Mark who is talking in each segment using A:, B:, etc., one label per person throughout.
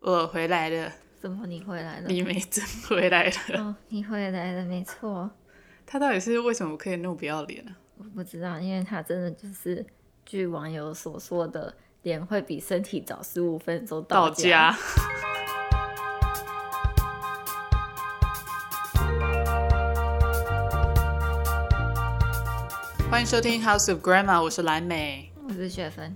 A: 我回来了，
B: 怎么你回来了？
A: 李美珍回来了。
B: 哦，你回来了，没错。
A: 他到底是为什么可以那么不要脸啊呢、
B: 我不知道，因为他真的就是据网友所说的，脸会比身体早十五分钟
A: 到
B: 家。
A: 家。欢迎收听 House of Grandma，我是蓝美。
B: 我是雪芬，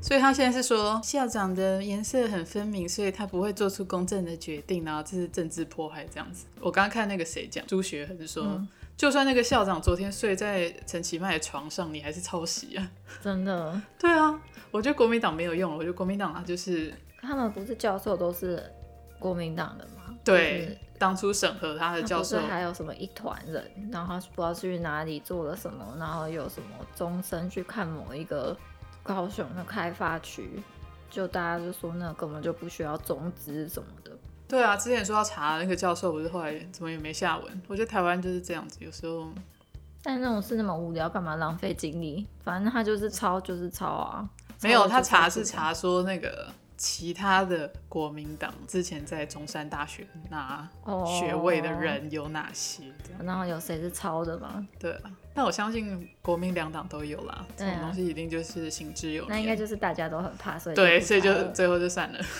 A: 所以他现在是说校长的颜色很分明，所以他不会做出公正的决定，然后这是政治迫害这样子。我刚刚看那个谁讲，朱学恒说，
B: 嗯
A: 就算那个校长昨天睡在陈其迈的床上，你还是抄袭啊。
B: 真的，
A: 对啊，我觉得国民党没有用了，我觉得国民党他就是
B: 他们不是教授都是国民党的吗？
A: 对、
B: 嗯
A: 当初审核他的
B: 就是。他
A: 教
B: 不是
A: 授，
B: 还有什么一团人，然后不知道去哪里做了什么，然后有什么终身去看某一个高雄的开发区，就大家就说那根本就不需要中资什么的。
A: 对啊，之前说要查那个教授，不是后来怎么也没下文。我觉得台湾就是这样子，有时候
B: 但那种事那么无聊，干嘛浪费精力？反正他就是抄，就是抄啊。
A: 没有
B: 抄了就
A: 他查
B: 就是抄，
A: 查说那个其他的国民党之前在中山大学拿
B: 哦
A: 学位的人有哪些，这样
B: 然后有谁是抄的吗？
A: 对啊。但我相信国民两党都有啦，这
B: 对啊
A: 种东西一定就是行之有年。
B: 那应该就是大家都很怕，所以
A: 对，
B: 不
A: 所以
B: 抄
A: 就
B: 了
A: 最后就散了。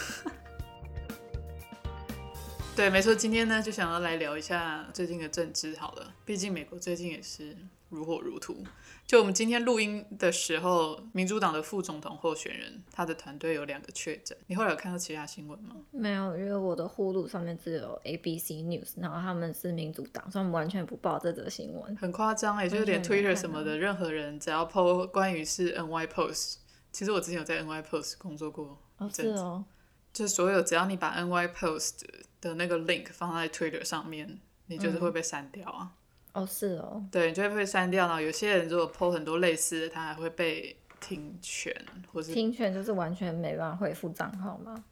A: 对，没错，今天呢就想要来聊一下最近的政治好了，毕竟美国最近也是如火如荼。就我们今天录音的时候，民主党的副总统候选人他的团队有两个确诊，你后来有看到其他新闻吗？
B: 没有，因为我的呼噜上面只有 ABC News，然后他们是民主党，所以他们完全不报这则新闻。
A: 很夸张哎，就是连
B: 完全没有
A: Twitter
B: 看
A: 什么
B: 到
A: 的，任何人只要 PO 关于是 NY Post，其实我之前有在 NY Post 工作过
B: 哦，
A: 一阵
B: 是
A: 子
B: 哦，
A: 就所有只要你把 NY Post 的那个 link 放在 Twitter 上面，你
B: 嗯
A: 就是会被删掉啊。
B: 哦是哦，
A: 对，你就会被删掉。然后有些人如果 PO 很多类似的，他还会被停权，或是
B: 听权就是完全没办法恢复账号吗？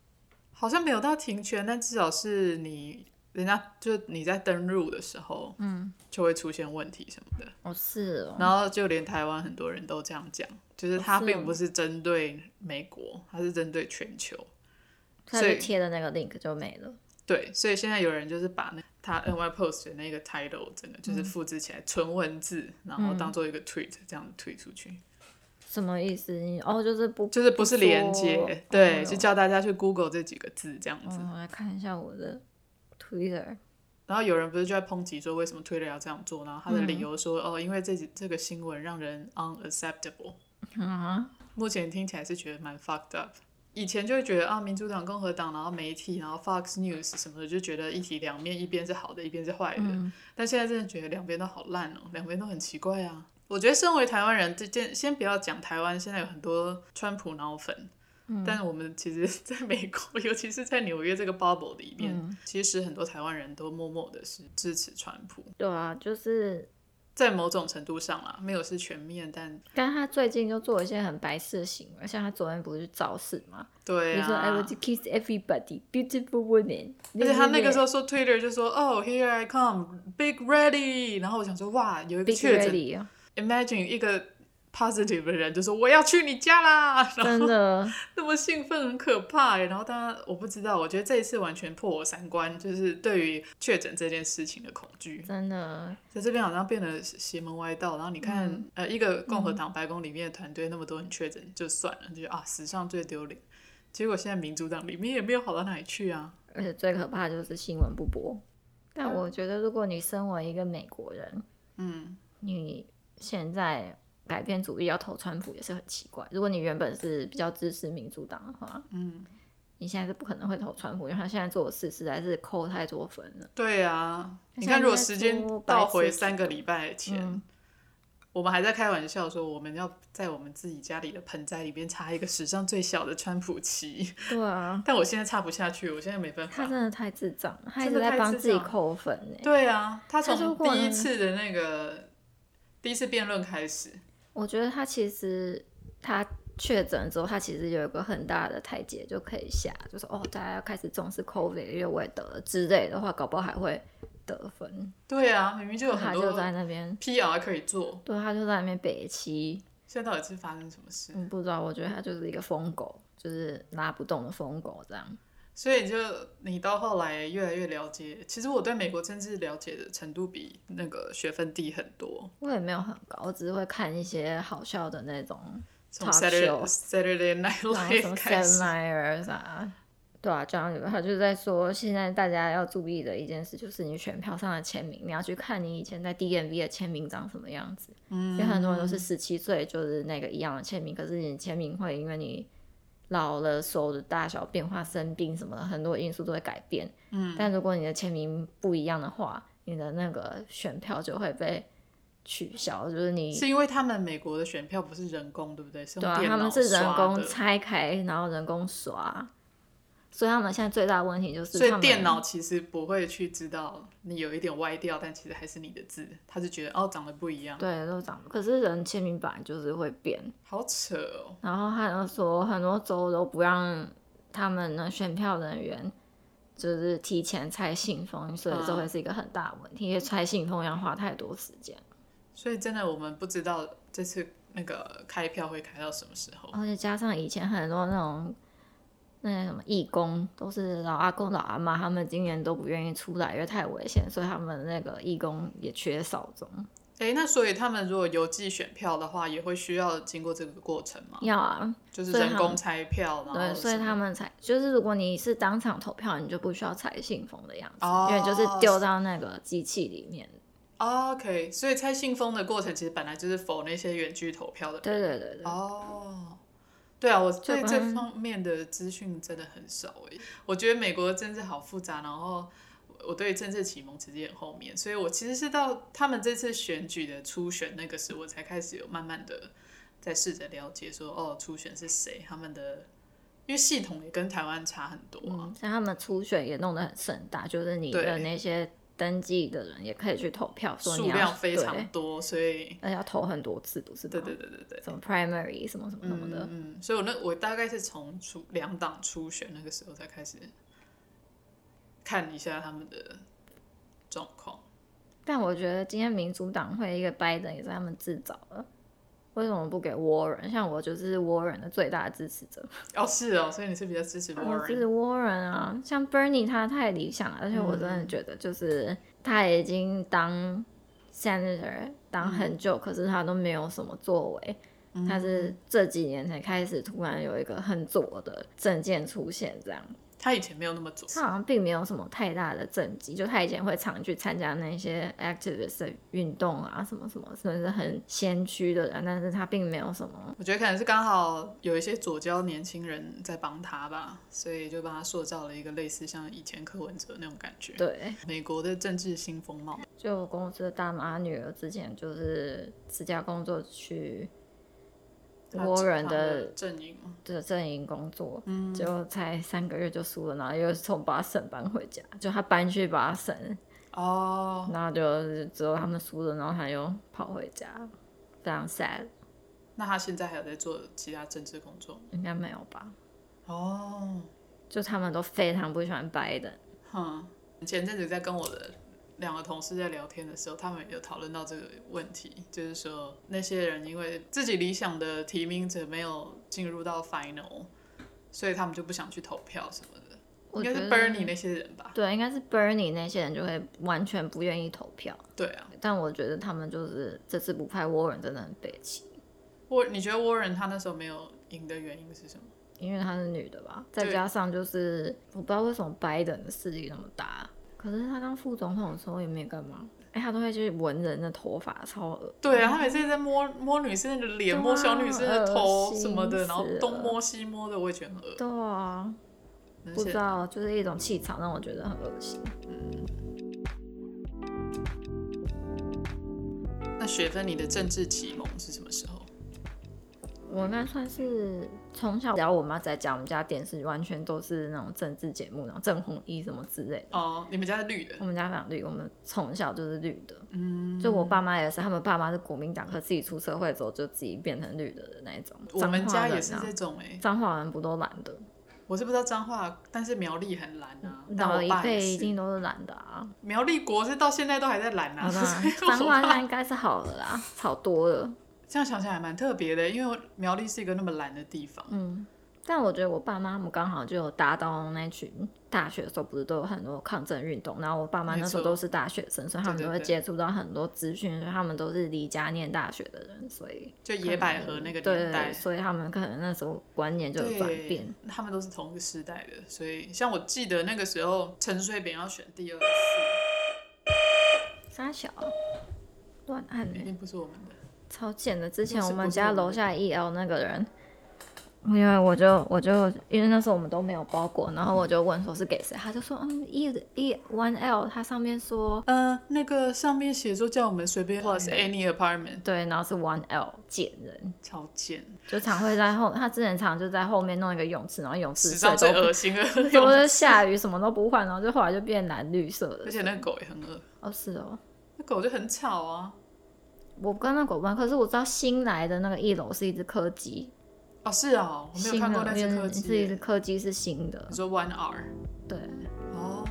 A: 好像没有到停权，但至少是你人家就你在登录的时候，嗯，就会出现问题什么的。
B: 哦是哦，
A: 然后就连台湾很多人都这样讲，就是他
B: 哦是哦
A: 并不是针对美国，他是针对全球。
B: 他
A: 所
B: 就
A: 以
B: 贴的那个 link 就没了。
A: 对，所以现在有人就是把那他 NY Post 的那个 title 整个
B: 嗯
A: 就是复制起来，纯文字，然后当做一个 tweet 这样推出去，
B: 什么意思？你哦，就是不，
A: 就是不是连
B: 不
A: 接
B: 说，
A: 对，
B: 哦
A: 就叫大家去 Google 这几个字这样子。
B: 嗯，我来看一下我的 Twitter。
A: 然后有人不是就在抨击说为什么 Twitter 要这样做，然后他的理由说、哦，因为这几这个新闻让人 unacceptable。
B: 啊，
A: 目前听起来是觉得蛮 fucked up。以前就会觉得啊，民主党、共和党，然后媒体，然后 Fox News 什么的，就觉得一体两面，一边是好的，一边是坏的。但现在真的觉得两边都好烂哦，两边都很奇怪啊。我觉得身为台湾人，这件先不要讲台湾现在有很多川普脑粉，
B: 嗯
A: 但我们其实 在美国，尤其是在纽约这个 bubble 里面，
B: 嗯
A: 其实很多台湾人都默默的是支持川普，
B: 对啊，就是，
A: 在某种程度上啦，没有是全面，但
B: 但他最近就做一些很白痴的行为，像他昨天不是去造势嘛，
A: 对
B: 比如说 I
A: 啊
B: would。kiss everybody, beautiful women。
A: 而且他那个时
B: 候
A: 候说 Twitter 就说哦、here I come big ready，然后我想说哇有一个
B: big
A: 确诊
B: ready，啊
A: imagine 一个 positive 的人就说我要去你家 啦，然后
B: 真的，
A: 那么兴奋很可怕耶。然后当然我不知道，我觉得这一次完全破我三观，就是对于确诊这件事情的恐惧，
B: 真的，
A: 在这边好像变得邪门歪道。然后你看，
B: 嗯
A: 呃，一个共和党白宫里面的团队那么多人确诊就算了，就觉得啊史上最丢脸。结果现在民主党里面也没有好到哪里去啊。
B: 而且最可怕就是新闻不播。但我觉得，如果你身为一个美国人，
A: 嗯，
B: 你现在改变主意要投川普也是很奇怪。如果你原本是比较支持民主党的话，
A: 嗯，
B: 你现在是不可能会投川普，因为他现在做的事实在是扣太多分了。
A: 对啊，
B: 那
A: 你
B: 现在
A: 看，如果
B: 在
A: 时间
B: 做白
A: 倒
B: 痴
A: 回
B: 举
A: 三个礼拜前，
B: 嗯
A: 我们还在开玩笑说，我们要在我们自己家里的盆栽里边插一个史上最小的川普旗，
B: 对啊，
A: 但我现在插不下去，我现在没办
B: 他
A: 法。
B: 真的太智障了，他一
A: 啊真的
B: 直在
A: 太
B: 帮
A: 智
B: 自己
A: 障
B: 扣分欸呢、
A: 对啊，他
B: 他
A: 从
B: 如果
A: 第一
B: 呢
A: 次的那个第一次辩论开始，
B: 我觉得他其实他确诊之后，他其实有一个很大的台阶就可以下，就是哦，大家要开始重视 COVID，因为我也得了之类的话，搞不好还会得分。
A: 对啊，明明就有很
B: 他就
A: 多
B: 在那边，
A: PR 可以做，
B: 对他就在那边北七，
A: 现在到底是发生什么事？
B: 嗯，不知道，我觉得他就是一个疯狗，就是拉不动的疯狗这样。
A: 所以就你到后来越来越了解，其实我对美国政治了解的程度比那个学分低很多。
B: 我也没有很高，我只是会看一些好笑的那种
A: 从
B: talk
A: Saturday
B: show
A: Saturday Night
B: 然后什
A: Live
B: 么
A: 开
B: Sam
A: 始，
B: Myers 啊，对啊，这样有他就是在说，现在大家要注意的一件事就是你选票上的签名，你要去看你以前在 DMV 的签名长什么样子，因
A: 嗯
B: 为很多人都是十七岁就是那个一样的签名，可是你签名会因为你老了、手的大小变化、生病什么的，很多因素都会改变。
A: 嗯，
B: 但如果你的签名不一样的话，你的那个选票就会被取消，就是你
A: 是因为他们美国的选票不是人工，对不对？是
B: 对
A: 用
B: 啊，
A: 电
B: 他
A: 脑
B: 们是人
A: 刷
B: 工
A: 的
B: 拆开，然后人工刷，所以他们现在最大的问题就是，
A: 所以电脑其实不会去知道你有一点歪掉，但其实还是你的字，他是觉得哦长得不一样，
B: 对都长，可是人签名本来就是会变，
A: 好扯哦。
B: 然后还有说很多州都不让他们的选票人员就是提前拆信封，所以这
A: 嗯
B: 会是一个很大的问题，因为拆信封要花太多时间，
A: 所以真的我们不知道这次那个开票会开到什么时候。
B: 而且加上以前很多那种。那些什么义工都是老阿公、老阿妈，他们今年都不愿意出来，因为太危险，所以他们那个义工也缺少中。
A: 诶，那所以他们如果邮寄选票的话，也会需要经过这个过程吗？
B: 要啊，
A: 就是
B: 所以他
A: 人工拆票，然后
B: 对，所以
A: 什么
B: 他们才就是，如果你是当场投票，你就不需要拆信封的样子，
A: 哦
B: 因为就是丢到那个机器里面。
A: 哦 OK，所以拆信封的过程其实本来就是否那些远距投票的人
B: 对对对对，
A: 哦，对啊，我对
B: 不
A: 这
B: 然
A: 方面的资讯真的很少诶。我觉得美国的政治好复杂，然后我我对政治启蒙其实也很后面，所以我其实是到他们这次选举的初选那个时候，我才开始有慢慢的在试着了解说，哦，初选是谁，他们的因为系统也跟台湾差很多啊。
B: 嗯，像他们初选也弄得很盛大，就是你
A: 对
B: 的那些登记的人也可以去投票，说
A: 数
B: 你要
A: 量非常
B: 啊对，
A: 多，所以
B: 而且要投很多次，不是吗
A: 对对对对对，
B: 什么 primary 什么什么什么的，
A: 嗯，所以我那我大概是从初两党初选那个时候才开始看一下他们的状况。
B: 但我觉得今天民主党会一个拜登也是他们自找的，为什么不给 Warren？像我就是 Warren 的最大的支持者。
A: 哦，是哦，所以你是比较支持
B: 我
A: Warren，、
B: 支持 Warren 啊，像 Bernie 他太理想了，而且我真的觉得就是他已经当 senator 当很久，可是他都没有什么作为。他是这几年才开始突然有一个很左的政见出现，这样
A: 他以前没有那么左，
B: 他好像并没有什么太大的政绩，就他以前会常去参加那些 activist 的运动啊，什么什么，算是很先驱的人，但是他并没有什么
A: 我觉得可能是刚好有一些左交年轻人在帮他吧，所以就帮他塑造了一个类似像以前柯文哲那种感觉。
B: 对
A: 美国的政治新风貌，
B: 就我公司的大妈女儿之前就是辞家工作去
A: 他
B: 国人
A: 他嗯
B: 的
A: 阵营嘛，
B: 的阵营工作，就才三个月就输了，然后又是从巴省搬回家，就她搬去巴省，
A: 哦，
B: 然后就之后他们输了，然后她又跑回家，非常 sad，
A: 那他现在还有在做其他政治工作吗？
B: 应该没有吧？
A: 哦，
B: 就他们都非常不喜欢拜登，
A: 嗯，前阵子在跟我的两个同事在聊天的时候，他们有讨论到这个问题，就是说那些人因为自己理想的提名者没有进入到 final，所以他们就不想去投票什么的。
B: 我
A: 应
B: 觉
A: 该
B: 得
A: 是 Bernie 那些人吧？
B: 对，应该是 Bernie 那些人就会完全不愿意投票，
A: 对啊，
B: 但我觉得他们就是这次不派 Warren 真的很悲戚。
A: 沃你觉得 Warren 他那时候没有赢的原因是什么？
B: 因为她是女的吧，再
A: 对
B: 加上就是我不知道为什么拜登的势力那么大，可是他当副总统的时候也没干嘛，哎、他都会去闻人的头发，超恶。
A: 对啊，他每次在摸摸女生的脸，
B: 对啊
A: 摸小女生的头
B: 恶心
A: 什么的，
B: 死
A: 然后
B: 了
A: 东摸西摸的，我也觉得很恶
B: 对啊，
A: 能
B: 不
A: 写
B: 知道，就是一种气场让我觉得很恶心。
A: 那雪芬，你的政治启蒙是什么时候？
B: 我应该算是从小，只要我妈在讲，我们家电视完全都是那种政治节目，然后郑红一什么之类的。
A: 哦，你们家是绿的
B: 我们家非常绿，我们从小就是绿的。
A: 嗯，
B: 就我爸妈也是，他们爸妈是国民党，可自己出社会之后就自己变成绿的的那一种。
A: 我们
B: 彰化
A: 家
B: 人
A: 也是
B: 啊
A: 这种哎、
B: 彰化人不都懒的，
A: 我是不知道彰化，但是苗栗很蓝啊。但我
B: 老嗯哦一
A: 爸
B: 辈
A: 也
B: 一定
A: 是，
B: 都是懒 的啊。
A: 苗栗国是到现在都还在蓝啊。
B: 好吧
A: 所以，
B: 彰
A: 我
B: 化现
A: 爸
B: 在应该是好了啦，好多了。
A: 这样想想还蛮特别的，因为苗栗是一个那么蓝的地方，
B: 嗯，但我觉得我爸妈他们刚好就有达到那群大学的时候，不是都有很多抗争运动，然后我爸妈那时候
A: 没错
B: 都是大学生，所以他们
A: 对
B: 都
A: 对
B: 会
A: 对
B: 接触到很多资讯，所以他们都是离家念大学的人，所以
A: 就
B: 可
A: 野百
B: 能
A: 合那个
B: 对
A: 年代，
B: 所以他们可能那时候观念就有转变。
A: 他们都是同一个时代的，所以像我记得那个时候陈水扁要选第二次，
B: 沙小乱按呢、
A: 一定不是我们的。
B: 超贱的！之前
A: 不
B: 我
A: 是
B: 们
A: 不是
B: 家
A: 我们
B: 楼下 EL 那个人，因为我就我就因为那时候我们都没有包裹，然后我就问说是给谁，他就说嗯 E E one L，它上面说
A: 呃，那个上面写说叫我们随便 plus any apartment，
B: 对，然后是 one L 贱人，
A: 超贱，
B: 就常会在后，他之前常就在后面弄一个泳池，然后泳池
A: 史
B: 水
A: 上
B: 都
A: 最恶
B: 不
A: 心的
B: 都
A: 用
B: 是
A: 词。
B: 下雨什么都不换，然后就后来就变蓝绿色的，
A: 而且那狗也很恶，
B: 哦是哦。
A: 那狗就很吵啊。
B: 我跟那狗不，可是我知道新来的那个一楼是一只柯基，
A: 哦，是啊，我没有
B: 新
A: 看过
B: 的
A: 那
B: 因
A: 只
B: 为
A: 柯
B: 是一只
A: 基。
B: 柯基是新的
A: 你，说 one r
B: 对。
A: 哦，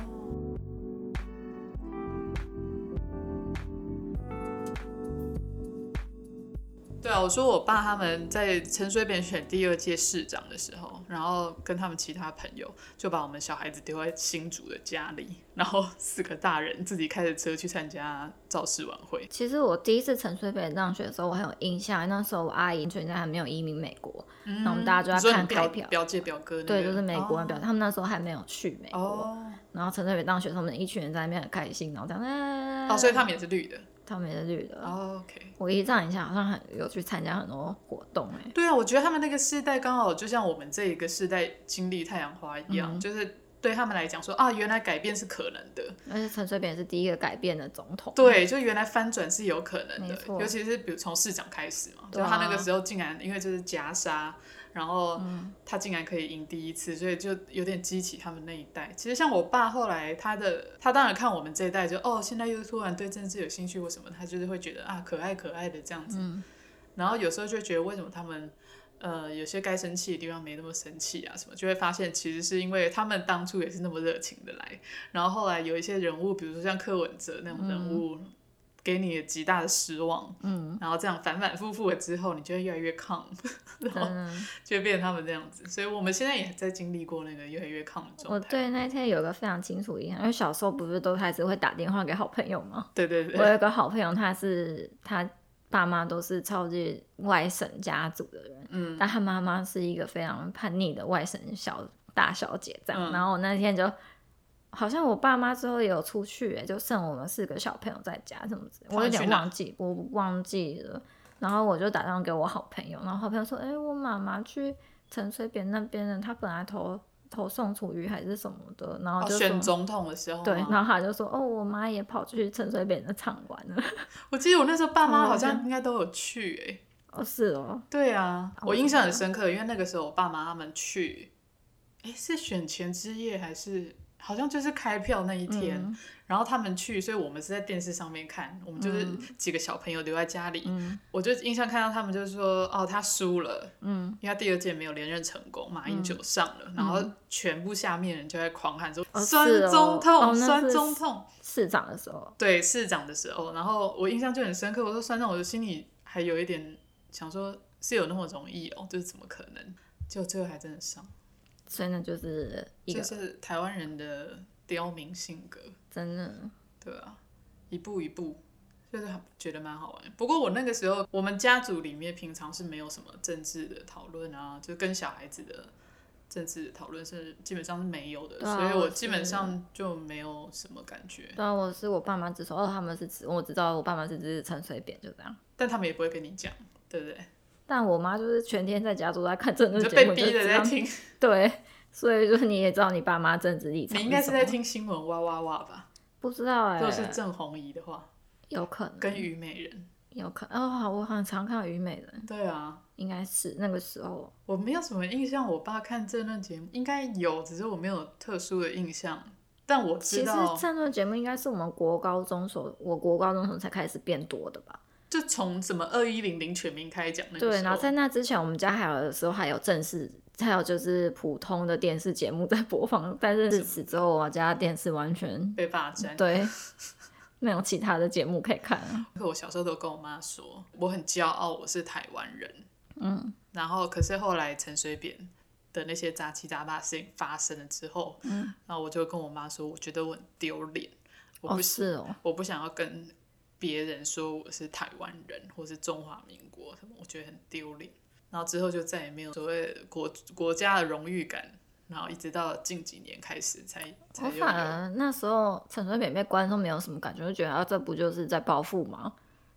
A: 对啊，我说我爸他们在陈水扁选第二届市长的时候，然后跟他们其他朋友就把我们小孩子丢在新竹的家里，然后四个大人自己开着车去参加造势晚会。
B: 其实我第一次陈水扁当选的时候，我很有印象。那时候我阿姨全家还没有移民美国，那我们大家
A: 嗯你
B: 就
A: 说
B: 要
A: 你
B: 看
A: 表
B: 开票。
A: 表姐表哥那个，
B: 对，就是美国人表，
A: 哦
B: 他们那时候还没有去美国。
A: 哦
B: 然后陈水扁当选，他们一群人在那边很开心，然后这样，哎
A: 哦，所以他们也是绿的。
B: 他们也是绿的。
A: 哦 OK，
B: 我一仗以前好像很有去参加很多活动、哎，
A: 对啊，我觉得他们那个世代刚好就像我们这一个世代经历太阳花一
B: 嗯
A: 样，就是对他们来讲说啊，原来改变是可能的，
B: 而且陈水扁是第一个改变的总统。
A: 对，就原来翻转是有可能
B: 嗯没
A: 的，
B: 错
A: 尤其是比如从市长开始嘛，
B: 对
A: 就
B: 啊
A: 他那个时候竟然因为就是夹杀，然后
B: 嗯
A: 他竟然可以赢第一次，所以就有点激起他们那一代。其实像我爸后来他的他当然看我们这一代就哦，现在又突然对政治有兴趣或什么，他就是会觉得啊可爱可爱的这样子，
B: 嗯
A: 然后有时候就觉得为什么他们。呃，有些该生气的地方没那么生气啊，什么就会发现其实是因为他们当初也是那么热情的来，然后后来有一些人物，比如说像柯文哲那种
B: 嗯
A: 人物，给你极大的失望，嗯，然后这样反反复复了之后，你就会越来越抗， 然后
B: 嗯，
A: 就会变成他们这样子。所以我们现在也在经历过那个越来越抗的
B: 我
A: 状态。
B: 对那一天有个非常清楚的印象，因为小时候不是都开始会打电话给好朋友吗？
A: 对对对
B: 我有一个好朋友，他是他爸妈都是超级外省家族的人，
A: 嗯，
B: 但他妈妈是一个非常叛逆的外省小大小姐这
A: 嗯
B: 样。然后我那天就好像我爸妈之后也有出去、欸，就剩我们四个小朋友在家这么子，
A: 他
B: 我有
A: 们去
B: 点
A: 哪
B: 忘记，我忘记了。然后我就打电话给我好朋友，然后好朋友说：“哎、我妈妈去陈水扁那边了，她本来投投宋楚瑜还是什么的，然后
A: 哦
B: 就说、
A: 选总统的时候吗，
B: 对，然后他就说：“哦，我妈也跑去陈水扁的场玩 了。
A: 我记得我那时候爸妈好
B: 哦
A: 像应该都有去、欸，”
B: 哦，是哦，
A: 对啊，
B: 哦
A: 我印象很深刻，因为那个时候我爸妈他们去，哎，是选前之夜还是好像就是开票那一天，
B: 嗯
A: 然后他们去，所以我们是在电视上面看，我们就是
B: 嗯
A: 几个小朋友留在家里，我就印象看到他们就说，哦，他输了，
B: 嗯，
A: 因为他第二届没有连任成功，马英九上了，然后全部下面人就在狂喊说，
B: 哦
A: 酸
B: 是哦
A: 总
B: 哦
A: 统，
B: 那
A: 酸
B: 是
A: 总统，
B: 市长的时候，
A: 对市长的时候，然后我印象就很深刻。我说算让我的心里还有一点想说，是有那么容易哦，就是怎么可能？结果最后还真的上，
B: 所以那就是一
A: 就
B: 个
A: 是台湾人的刁民性格，
B: 真的
A: 对啊，一步一步，就是觉得蛮好玩。不过我那个时候，我们家族里面平常是没有什么政治的讨论啊，就跟小孩子的政治讨论是基本上是没有的，
B: 对啊
A: 所以
B: 我
A: 我
B: 是
A: 基本上就没有什么感觉。
B: 对啊，我是我爸妈只说哦，他们是指我知道我爸妈是只是陈水扁就这样，
A: 但他们也不会跟你讲，对不对？
B: 但我妈就是全天在家都在看政
A: 你
B: 治
A: 就
B: 节
A: 被
B: 目，
A: 逼
B: 就
A: 的
B: 知
A: 在
B: 道
A: 听。
B: 对，所以就是你也知道你爸妈政治立场什
A: 你应
B: 么，
A: 该是在听新闻哇哇哇吧？
B: 不知道哎、
A: 如果是郑红怡的话，
B: 有可能
A: 跟虞美人，
B: 有可能哦，好我好像常看虞美人，
A: 对啊，
B: 应该是那个时候
A: 我没有什么印象。我爸看这论节目应该有，只是我没有特殊的印象。但我
B: 其
A: 知
B: 实
A: 道，
B: 战论节目应该是我们国高中所，我国高中时候才开始变多的吧？
A: 就从什么二一零零全民开讲那个
B: 对，
A: 时
B: 然后在
A: 候，
B: 那之前，我们家还有的时候还有正式，还有就是普通的电视节目在播放，但是自此之后，我家电视完全
A: 被霸占。
B: 对没有其他的节目可以看了。
A: 可我小时候都跟我妈说，我很骄傲，我是台湾人。
B: 嗯，
A: 然后可是后来陈水扁的那些杂七杂八的事情发生了之后，
B: 嗯，
A: 然后我就跟我妈说，我觉得我很丢脸，我不
B: 哦，
A: 喜
B: 是哦，
A: 我不想要跟别人说我是台湾人或是中华民国什么，我觉得很丢脸。然后之后就再也没有所谓的国国家的荣誉感，然后一直到近几年开始才才
B: 我
A: 有
B: 反而啊那时候陈水扁被关都没有什么感觉，就觉得啊，这不就是在报复吗？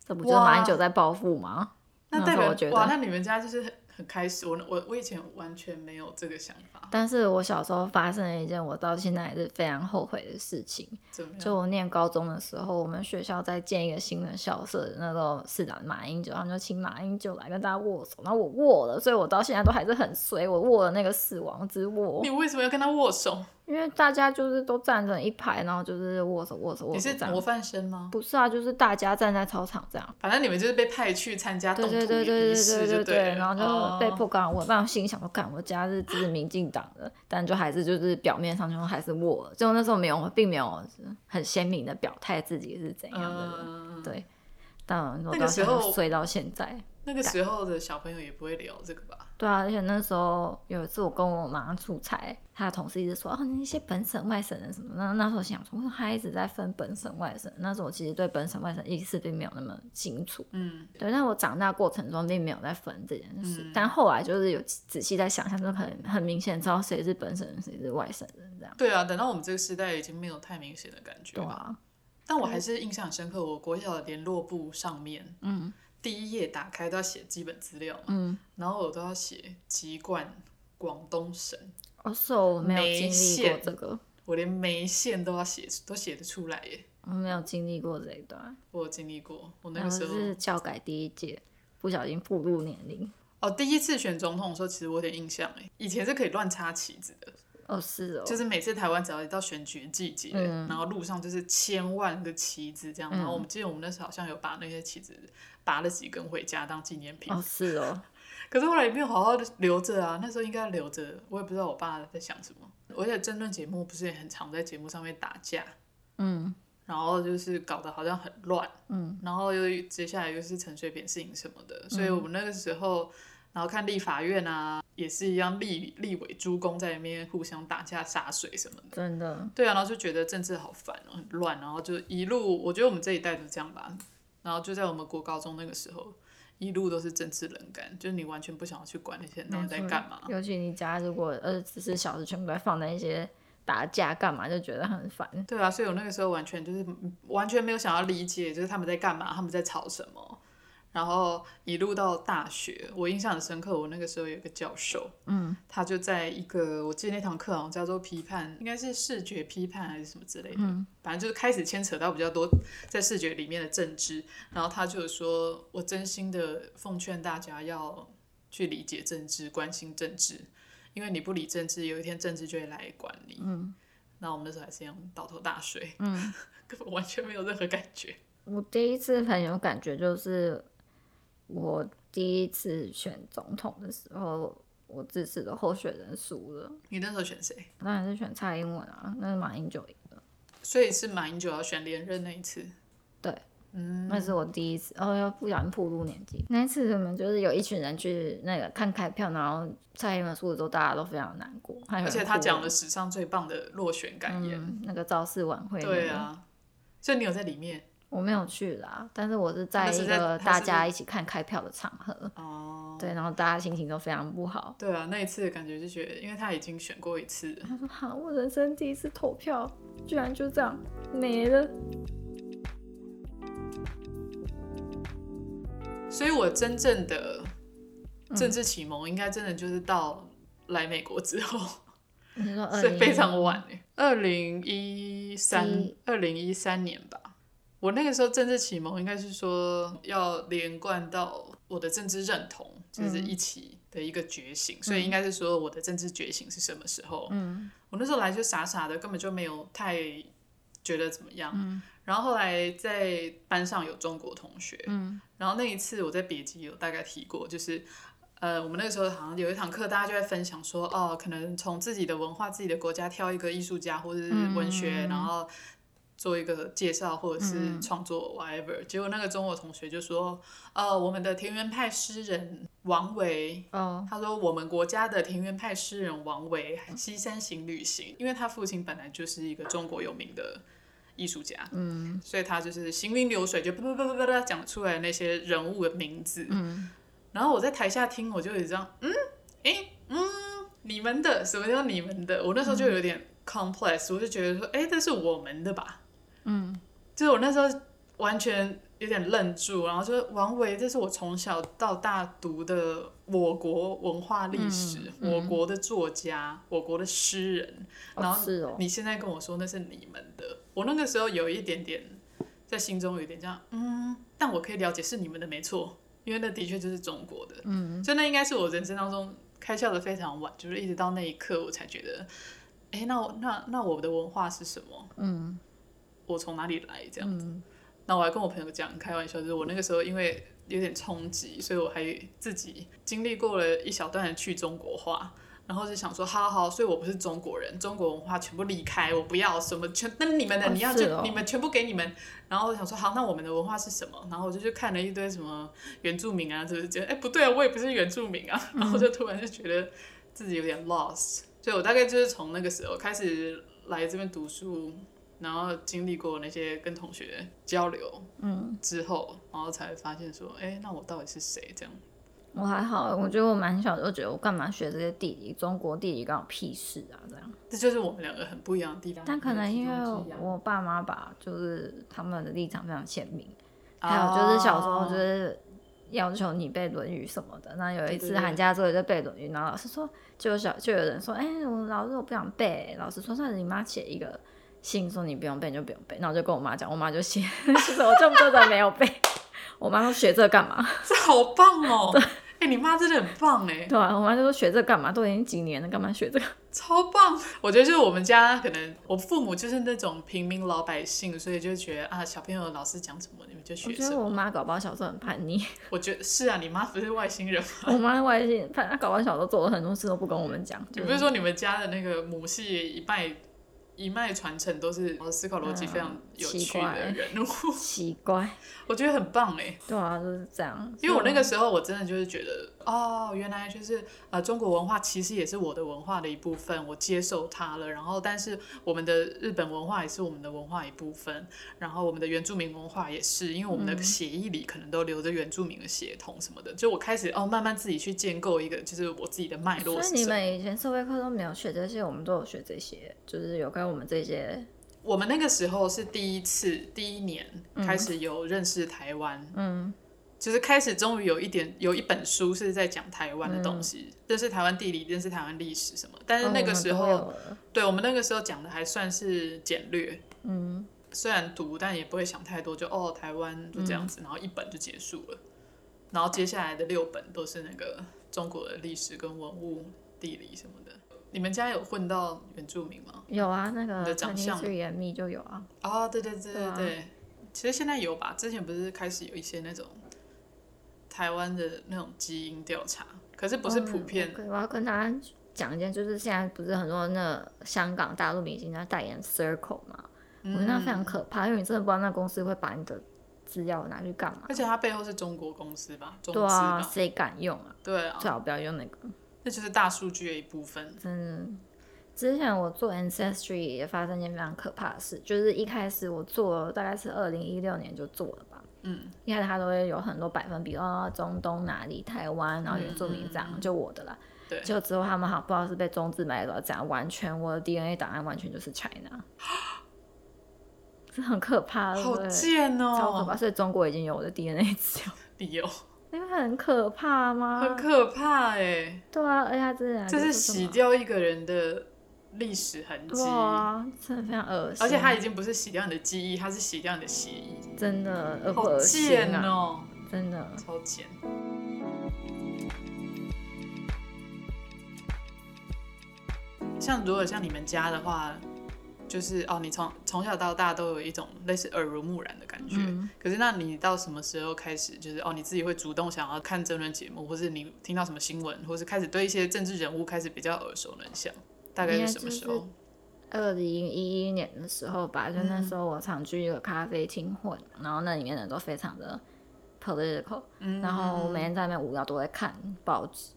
B: 这不就是马英九
A: 哇
B: 在报复吗？
A: 那
B: 那
A: 代
B: 时候
A: 表
B: 我觉得
A: 哇，那你们家就是很很开始，我我我以前完全没有这个想法，
B: 但是我小时候发生了一件我到现在还是非常后悔的事情，
A: 怎么样？
B: 就我念高中的时候，我们学校在建一个新的校舍，那时候市长马英九，他们就请马英九来跟大家握手，然后我握了，所以我到现在都还是很衰，我握了那个死亡之握
A: 你，为什么要跟他握手？
B: 因为大家就是都站着一排，然后就是握手握手握
A: 你
B: 手
A: 是
B: 这
A: 模
B: 样，
A: 范生吗？
B: 不是啊，就是大家站在操场这样。
A: 反正你们就是被派去参加动
B: 对
A: 土
B: 对对对
A: 仪
B: 对
A: 式
B: 对
A: 就
B: 对，
A: 了
B: 然后就被
A: 哦
B: 迫干扰我，但我心里想说，干我家是支持民进党的，但就还是就是表面上就还是我了，就那时候没有，并没有很鲜明的表态自己是怎样的人，
A: 嗯，
B: 对，但我
A: 那
B: 到
A: 个时
B: 现在
A: 候
B: 睡到现在，
A: 那个时候的小朋友也不会聊这个吧？
B: 对啊，而且那时候有一次我跟我妈出差，她的同事一直说啊那些本省外省人什么，那那时候想说，她一直在分本省外省，那时候我其实对本省外省意识并没有那么清楚，
A: 嗯，
B: 对，但我长大过程中并没有在分这件事，
A: 嗯
B: 但后来就是有仔细在想象，就很很明显知道谁是本省人，谁是外省人这样。
A: 对啊，等到我们这个时代已经没有太明显的感觉
B: 对
A: 吧。
B: 啊，
A: 但我还是印象很深刻，我国小的联络簿上面
B: 嗯
A: 第一页打开都要写基本资料嘛，
B: 嗯，
A: 然后我都要写籍贯广东省，
B: 哦，是哦，我没有
A: 梅
B: 经历过
A: 县
B: 这个，
A: 我连梅县都要写，都写得出来耶。
B: 我没有经历过这一段。
A: 我有经历过，我那
B: 然
A: 个
B: 后
A: 时候
B: 哦是教改第一届，不小心步入年龄。
A: 哦，第一次选总统的时候，其实我有点印象哎，以前是可以乱插旗子的，
B: 哦，是哦，
A: 就是每次台湾只要一到选举季节，
B: 嗯
A: 然后路上就是千万个旗子这样，然后我们记得我们那时候好像有把那些旗子拔了几根回家当纪念品，
B: 哦是哦，
A: 可是后来也没有好好的留着啊，那时候应该留着，我也不知道我爸在想什么。而且争论节目不是也很常在节目上面打架，
B: 嗯
A: 然后就是搞得好像很乱，
B: 嗯，
A: 然后又接下来又是陈水扁事情什么的，所以我们那个时候，然后看立法院啊，也是一样立立委诸公在那边互相打架洒水什么的。
B: 真的，
A: 对啊，然后就觉得政治好烦哦，很乱，然后就一路，我觉得我们这一代都这样吧。然后就在我们国高中那个时候，一路都是政治冷感，就是你完全不想要去管那些人到底在干嘛。
B: 尤其你家如果二十四小时全部在放在一些打架干嘛，就觉得很烦。
A: 对啊，所以我那个时候完全就是完全没有想要理解，就是他们在干嘛，他们在吵什么。然后一路到大学，我印象很深刻。我那个时候有一个教授，
B: 嗯，
A: 他就在一个我记得那堂课好像叫做批判，应该是视觉批判还是什么之类的，
B: 嗯
A: 反正就是开始牵扯到比较多在视觉里面的政治。然后他就说，我真心的奉劝大家要去理解政治，关心政治，因为你不理政治，有一天政治就会来管你。
B: 嗯，
A: 那我们那时候还是一样倒头大睡，
B: 嗯，
A: 根本完全没有任何感觉。
B: 我第一次很有感觉，就是我第一次选总统的时候，我支持的候选人输了，
A: 你那时候选谁？
B: 当然是选蔡英文啊，那是马英九赢了。
A: 所以是马英九要选连任那一次。
B: 对，
A: 嗯，
B: 那是我第一次，哦，要不小心暴露年纪。那一次我们就是有一群人去那个看开票，然后蔡英文输了之后，大家都非常难过，而
A: 而且他讲了史上最棒的落选感言。
B: 嗯那个造势晚会，
A: 对，啊，所以你有在里面
B: 我没有去啦，但是我是在
A: 那是
B: 一
A: 在
B: 个
A: 他
B: 大
A: 是
B: 家一起看开票的场合，
A: 哦。
B: 对，然后大家心情都非常不好。
A: 对啊，那一次的感觉就觉得，因为他已经选过一次了。
B: 他说：“哈，我人生第一次投票，居然就这样 没了。
A: 所以我真正的政治启蒙，应该真的就是到来美国之后，”
B: 你说二
A: 所以
B: 零
A: 非常晚诶，二零一三二零一三年吧。我那个时候政治启蒙应该是说要连贯到我的政治认同，就是一起的一个觉醒，所以应该是说我的政治觉醒是什么时候？
B: 嗯
A: 我那时候来就傻傻的，根本就没有太觉得怎么样。然后后来在班上有中国同学，
B: 嗯
A: 然后那一次我在别集有大概提过，就是呃，我们那个时候好像有一堂课，大家就在分享说，哦，可能从自己的文化、自己的国家挑一个艺术家或者是文学，然后做一个介绍或者是创作 whatever，、结果那个中国同学就说，呃，我们的田园派诗人王维
B: 哦，
A: 他说：“我们国家的田园派诗人王维西山行旅行，因为他父亲本来就是一个中国有名的艺术家，嗯，所以他就是行云流水，就啪啪啪啪啪啪讲出来那些人物的名字，
B: 嗯，
A: 然后我在台下听，我就有这样，嗯，诶，嗯，你们的什么叫你们的？我那时候
B: 嗯
A: 就有点 complex，、我就觉得说，诶，这是我们的吧，
B: 嗯，
A: 就是我那时候完全有点愣住，然后就是王维，这是我从小到大读的我国文化历史，
B: 嗯嗯
A: 我国的作家，我国的诗人。然
B: 哦
A: 后
B: 是哦，
A: 你现在跟我说那是你们的，我那个时候有一点点在心中有一点这样，嗯，但我可以了解是你们的没错，因为那的确就是中国的，
B: 嗯，
A: 所以那应该是我人生当中开窍的非常晚，就是一直到那一刻我才觉得，哎、那我那那我的文化是什么？
B: 嗯
A: 我从哪里来？这样。
B: 嗯
A: 那我还跟我朋友讲开玩笑，就是我那个时候因为有点冲击，所以我还自己经历过了一小段的去中国化，然后就想说，好好好，所以我不是中国人，中国文化全部离开，我不要什么全，那你们的
B: 哦
A: 你要
B: 是
A: 就、
B: 哦
A: 你们全部给你们，然后我想说，好，那我们的文化是什么？然后我就去看了一堆什么原住民啊，就是觉得，哎，不对啊，我也不是原住民啊，然
B: 嗯
A: 后就突然就觉得自己有点 lost，所以我大概就是从那个时候开始来这边读书，然后经历过那些跟同学交流，
B: 嗯，
A: 之后，然后才发现说，哎、那我到底是谁？这样，
B: 我还好，欸我觉得我蛮小就觉得我干嘛学这些地理，中国地理干我屁事啊这样。
A: 这就是我们两个很不一样的地方。
B: 但可能因为
A: 啊
B: 我爸妈吧，就是他们的立场非常鲜明，还有就是小时候就
A: 哦
B: 是要求你背《论语》什么的。那有
A: 对
B: 一次
A: 对
B: 寒假作业就背《论语》，然后老师说，就有小就有人说，哎、我老师我不想背。老师说，那你妈写一个信说你不用背你就不用背。那我就跟我妈讲，我妈就写， 其实我就真的没有背。 我妈说学这干嘛？
A: 这好棒哦！哎、你妈真的很棒哎，
B: 对啊，我妈就说学这干嘛？都已经几年了，干嘛学这个？
A: 超棒！我觉得就是我们家可能我父母就是那种平民老百姓，所以就觉得啊，小朋友老师讲什么你们就
B: 我
A: 学
B: 觉
A: 什
B: 得我
A: 么。
B: 妈搞不好小时候很叛逆，
A: 我觉得是啊，你妈不是外星人吗？
B: 我妈外星，她搞不好小时候做了很多事都不跟我们讲。
A: 你
B: 就
A: 不是说你们家的那个母系一脉一脉传承都是哦思考逻辑非常
B: 嗯
A: 有
B: 奇
A: 趣
B: 怪
A: 的人物？
B: 奇怪？
A: 我觉得很棒哎。
B: 对啊，就是这样。
A: 因为我那个时
B: 所
A: 候，我真的就是觉得，哦，原来就是呃，中国文化其实也是我的文化的一部分，我接受它了。然后，但是我们的日本文化也是我们的文化一部分，然后我们的原住民文化也是，因为我们的血液里可能都留着原住民的血统什么的。就我开始哦，慢慢自己去建构一个，就是我自己的脉
B: 以
A: 络
B: 所
A: 是
B: 以
A: 什
B: 你
A: 么。
B: 们以前社会课都没有学这些，我们都有学这些，就是有关我们这些，
A: 我们那个时候是第一次，第一年开始有认识台湾，
B: 嗯
A: 就是开始终于有一点有一本书是在讲台湾的东西，认识台湾地理，认识台湾历史什么。但是那个时候，
B: 嗯哦我们都有了
A: 对我们那个时候讲的还算是简略，
B: 嗯，
A: 虽然读但也不会想太多，就哦台湾就这样
B: 嗯
A: 子，然后一本就结束了。然后接下来的六本都是那个中国的历史跟文物、地理什么的。你们家有混到原住民吗？
B: 有啊，那
A: 你
B: 个
A: 的
B: 《
A: 长
B: Chinese
A: 相
B: Three and Me》就有啊，
A: 哦，对对对
B: 对
A: 对
B: 啊
A: 对，其实现在有吧？之前不是开始有一些那种台湾的那种基因调查，可是不是普遍
B: 嗯。OK，我要跟大家讲一件，就是现在不是很多那香港、大陆明星在代言 Circle 嘛，我觉得那非
A: 嗯
B: 常可怕，因为你真的不知道那公司会把你的资料拿去干嘛。
A: 而且它背后是中国公司吧，中资
B: 对啊，
A: 吧，
B: 谁敢用啊？
A: 对啊，
B: 最好不要用那个。
A: 那就是大数据的一部分。
B: 嗯，之前我做 Ancestry 也发生一件非常可怕的事，就是一开始我做大概是二零一六年就做了吧，
A: 嗯，
B: 一开始它都会有很多百分比，哦，中东哪里、台湾，然后原住民
A: 嗯
B: 这样，就我的啦。
A: 对
B: 就之后他们好像不知道是被中资买走，这样完全我的 DNA 档案完全就是 China，这很可怕，对不
A: 好
B: 对？
A: 贱
B: 超可
A: 哦、
B: 怕，所以中国已经有我的 DNA 资 料，
A: 理由
B: 因为很可怕吗？
A: 很可怕哎、
B: 对啊，而且它真的
A: 这是洗掉一个人的历史痕迹，
B: 哇，真的非常恶心，
A: 而且它已经不是洗掉你的记忆，它是洗掉你的血液，
B: 真的恶不
A: 好
B: 恶心
A: 贱
B: 啊！
A: 哦、
B: 真的，
A: 超贱。像如果像你们家的话，就是哦，你从从小到大都有一种类似耳濡目染的感觉。
B: 嗯
A: 可是那你到什么时候开始，就是哦，你自己会主动想要看争论节目，或是你听到什么新闻，或是开始对一些政治人物开始比较耳熟能详？大概
B: 应
A: 是
B: 该
A: 什么
B: 就
A: 时候？
B: 二零一一年的时候吧，就那时候我常去一个咖啡厅混，然后那里面人都非常的 political，、
A: 嗯
B: 然后我每天在那边无聊都会看报纸，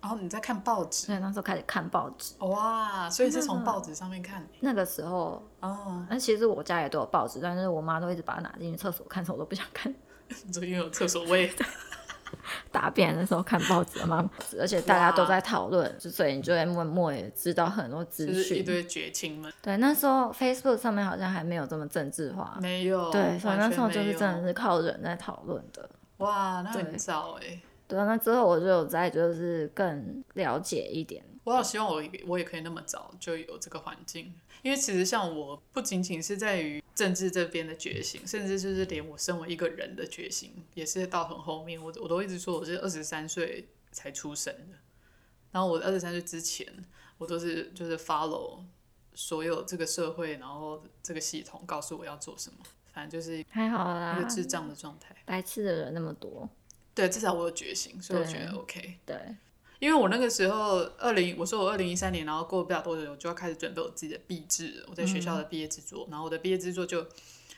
A: 然哦后你在看报纸，
B: 所以那时候开始看报纸。
A: 哇，所以是从报纸上面看
B: 那个时候，
A: 哦，
B: 那其实我家也都有报纸，但是我妈都一直把它拿进去厕所看，所以我都不想看。
A: 就因为有厕所 位，
B: 大便的时候看报纸的妈妈，而且大家都在讨论，就所以你就会默默也知道很多资
A: 就是一
B: 讯。
A: 堆绝情们，
B: 对，那时候 Facebook 上面好像还没有这么政治化，
A: 没有，
B: 对，所以那
A: 完
B: 时候
A: 全
B: 就是
A: 没有
B: 真的是靠人在讨论的。
A: 哇，那很
B: 对
A: 早哎、
B: 对，啊那之后我就有在就是更了解一点，
A: 我好希望我也我也可以那么早就有这个环境，因为其实像我不仅仅是在于政治这边的觉醒，甚至就是连我身为一个人的觉醒，也是到很后面。我我都一直说我是二十三岁才出生的，然后我二十三岁之前，我都是就是 follow 所有这个社会，然后这个系统告诉我要做什么，反正就是一
B: 还好啦
A: 个，智障的状态。
B: 白痴的人那么多，
A: 对，至少我有觉醒，所以我觉得
B: 对
A: OK。
B: 对，
A: 因为我那个时候二零，我说我二零一三年，然后过不了多久，我就要开始准备我自己的毕制了，我在学校
B: 嗯
A: 的毕业制作，然后我的毕业制作就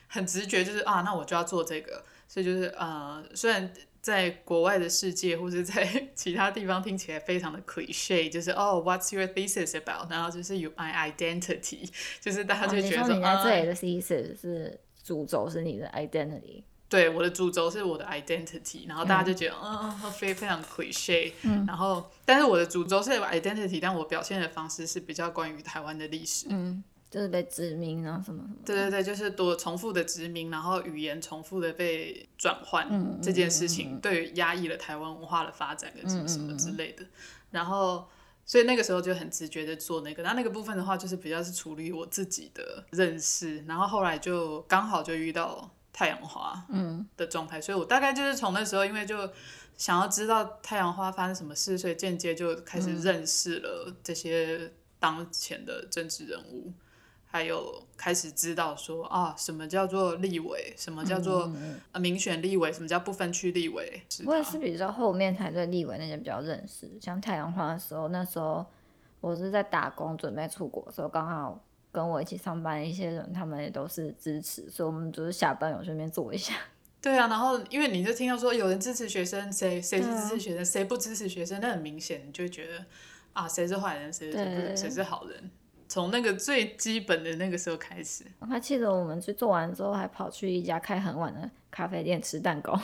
A: 很直觉，就是啊，那我就要做这个，所以就是呃，虽然在国外的世界或是在 其他地方听起来非常的 cliche，就是哦，What's your thesis about？然后就是 You my identity，就是大家就
B: 哦你
A: 觉得
B: 说
A: 说
B: 你在
A: 啊
B: 这里的意思是主轴是你的 identity，
A: 对，我的主轴是我的 identity，然后大家就觉得，嗯，嗯非非常 cliche，、然后，但是我的主轴是 identity，但我表现的方式是比较关于台湾的历史。
B: 嗯，就是被指名然后什么什么，
A: 对对对，就是多重复的殖民，然后语言重复的被转换、
B: 嗯嗯
A: 这件事情，对于压抑了台湾文化的发展跟什么什么之类的。
B: 嗯
A: 然后，所以那个时候就很直觉的做那个。那那个部分的话，就是比较是处理我自己的认识。然后后来就刚好就遇到太阳花，
B: 嗯，
A: 的状态，所以我大概就是从那时候，因为就想要知道太阳花发生什么事，所以间接就开
B: 嗯
A: 始认识了这些当前的政治人物，还有开始知道说啊，什么叫做立委，什么叫做呃民选立委，什么叫不分区立委，是
B: 嗯我也
A: 吧
B: 是比较后面才对立委那些比较认识，像太阳花的时候，那时候我是在打工准备出国的时候，刚好跟我一起上班的一些人，他们也都是支持，所以我们就是下班有顺便做一下。
A: 对啊，然后因为你就听到说有人支持学生，谁谁是
B: 对啊
A: 支持学生，谁不支持学生，那很明显，你就会觉得啊，谁是坏人，谁是
B: 对
A: 谁是好人。从那个最基本的那个时候开始，
B: 我还记得我们去做完之后，还跑去一家开很晚的咖啡店吃蛋糕。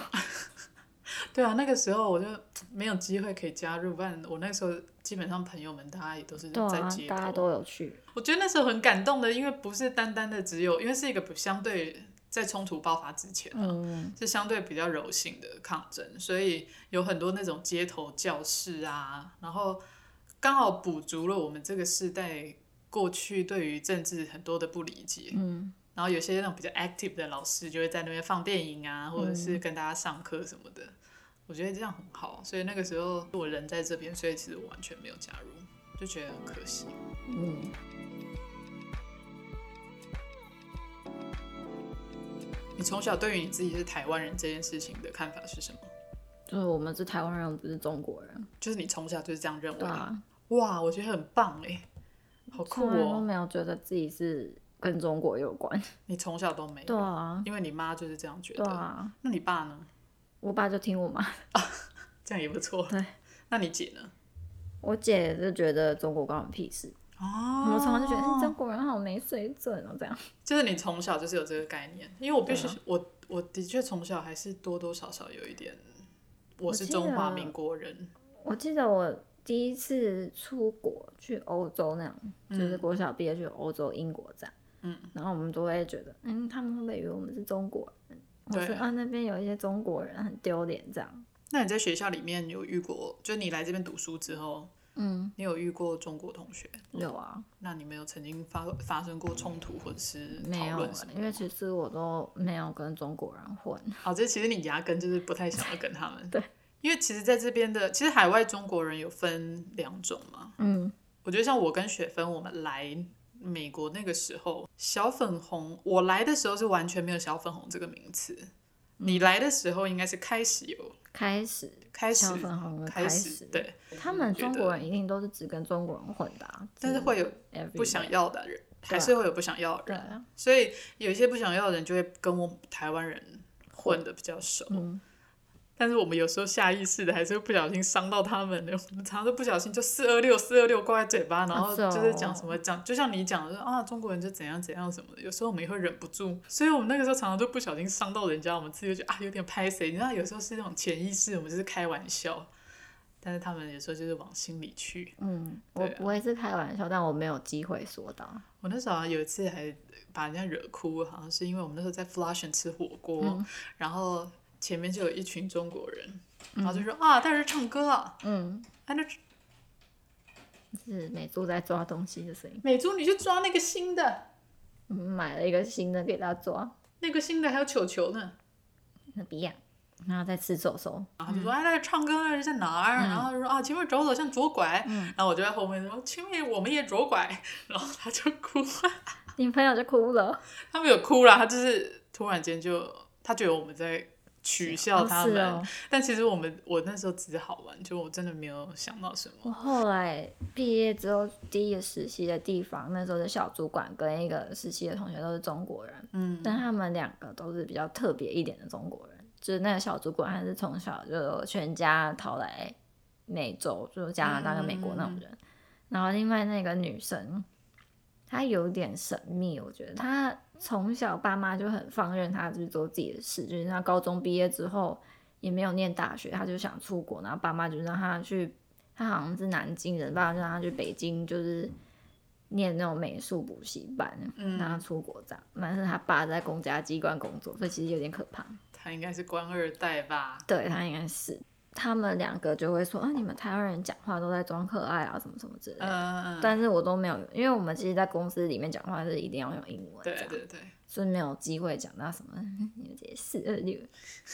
A: 对啊，那个时候我就没有机会可以加入，不然我那时候基本上朋友们大家也都是
B: 对
A: 在
B: 啊
A: 街，头。
B: 大家都有去。
A: 我觉得那时候很感动的，因为不是单单的只有，因为是一个不相对在冲突爆发之前啊、
B: 嗯，
A: 是相对比较柔性的抗争，所以有很多那种街头教室啊，然后刚好补足了我们这个世代过去对于政治很多的不理解。
B: 嗯，
A: 然后有些那种比较 active 的老师就会在那边放电影
B: 嗯
A: 啊，或者是跟大家上课什么的。我觉得这样很好，所以那个时候我人在这边，所以其实我完全没有加入，就觉得很可惜。
B: 嗯，
A: 你从小对于你自己是台湾人这件事情的看法是什么？
B: 就是我们是台湾人，我们不是中国人。
A: 就是你从小就是这样认为
B: 对
A: 的？
B: 啊，
A: 哇，我觉得很棒哎，好酷
B: 从来都
A: 哦！
B: 没有觉得自己是跟中国有关。
A: 你从小都没有，
B: 对啊，
A: 因为你妈就是这样哎觉
B: 对
A: 得。
B: 啊，
A: 那你爸呢？
B: 我爸就听我妈。
A: 这样也不错。
B: 对，
A: 那你姐呢？
B: 我姐就觉得中国关我们屁事，
A: 哦
B: 我从小就觉得、嗯中国人好没水准哦，这样。
A: 就是你从小就是有这个概念，因为我必须、
B: 对
A: 我我的确从小还是多多少少有一点，我是
B: 我记得
A: 中华民国人，
B: 我记得我第一次出国去欧洲那样，就是国小毕业去欧洲英国这样，
A: 嗯，
B: 然后我们都会觉得，嗯，他们会不会以为我们是中国人？或
A: 对
B: 是啊，那边有一些中国人很丢脸这样。
A: 那你在学校里面有遇过？就你来这边读书之后，
B: 嗯，
A: 你有遇过中国同学？
B: 有啊，
A: 那你们有曾经发发生过冲突或者是
B: 没
A: 讨
B: 有
A: 论
B: 啊
A: 什么？，
B: 因为其实我都没有跟中国人混。
A: 哦，这其实你压根就是不太想要跟他们。
B: 对，
A: 因为其实在这边的，其实海外中国人有分两种嘛，
B: 嗯，
A: 我觉得像我跟雪芬，我们来美国那个时候，小粉红，我来的时候是完全没有小粉红这个名词。你来的时候应该是开始有，
B: 开始
A: 开始
B: 小粉红的
A: 开
B: 始，，
A: 对，
B: 他们
A: 觉
B: 中
A: 得
B: 国人一定都是只跟中国人混的、啊，
A: 但是会有
B: 有
A: 不想要的人，还是会有不想要的
B: 啊对
A: 人，
B: 啊，
A: 所以有一些不想要的人就会跟我们台湾人混的比较熟，
B: 嗯，
A: 但是我们有时候下意识的还是会不小心伤到他们，我们常常都不小心就四二六四二六挂在嘴巴，然后
B: 是哦
A: 就是讲什么讲，就像你讲的啊，中国人就怎样怎样什么的，有时候我们也会忍不住，所以我们那个时候常常都不小心伤到人家，我们自己就觉得啊有点拍谁，你知道有时候是那种潜意识，我们就是开玩笑，但是他们有时候就是往心里去。
B: 嗯，我
A: 对啊
B: 我也是开玩笑，但我没有机会说到。
A: 我那时候好像有一次还把人家惹哭，好像是因为我们那时候在 Flushing 吃火锅，然后前面就有一群中国人，然后就说、啊，在这唱歌啊，
B: 嗯，
A: 啊那
B: 是美珠在抓东西的声音。
A: 美珠你去抓那个新的，
B: 嗯买了一个新的给他抓，
A: 那个新的还有球球呢。
B: 那比亚，然后再吃手手。
A: 然后就说：“哎，那唱歌那是在哪儿？”然后就说：“啊，前面走走，向左拐。然后我就在后面说：“前面我们也左拐。” 然后他就哭，
B: 你朋友就哭了，
A: 他没有哭啦，他就是突然间就他觉得我们在取笑他们，
B: 哦是
A: 但其实我们我那时候只是好玩，就我真的没有想到什么。
B: 我后来毕业之后，第一个实习的地方，那时候的小主管跟一个实习的同学都是中国人，
A: 嗯，
B: 但他们两个都是比较特别一点的中国人。就是那个小主管，他是从小就全家逃来美洲，就是加拿大跟美国那种人。然后另外那个女生，她有点神秘，我觉得她从小爸妈就很放任她去做自己的事，就是她高中毕业之后也没有念大学，她就想出国，然后爸妈就让她去，她好像是南京人，爸妈就让她去北京，就是念那种美术补习班，
A: 嗯
B: 让她出国这样。但是她爸在公家机关工作，所以其实有点可怕。
A: 他应该是官二代吧？
B: 对他应该是，他们两个就会说啊，你们台湾人讲话都在装可爱啊，什么什么之类的。
A: 嗯，
B: 但是我都没有，因为我们其实，在公司里面讲话是一定要用英文，
A: 对，对对，
B: 所以没有机会讲到什么你们这些四二六。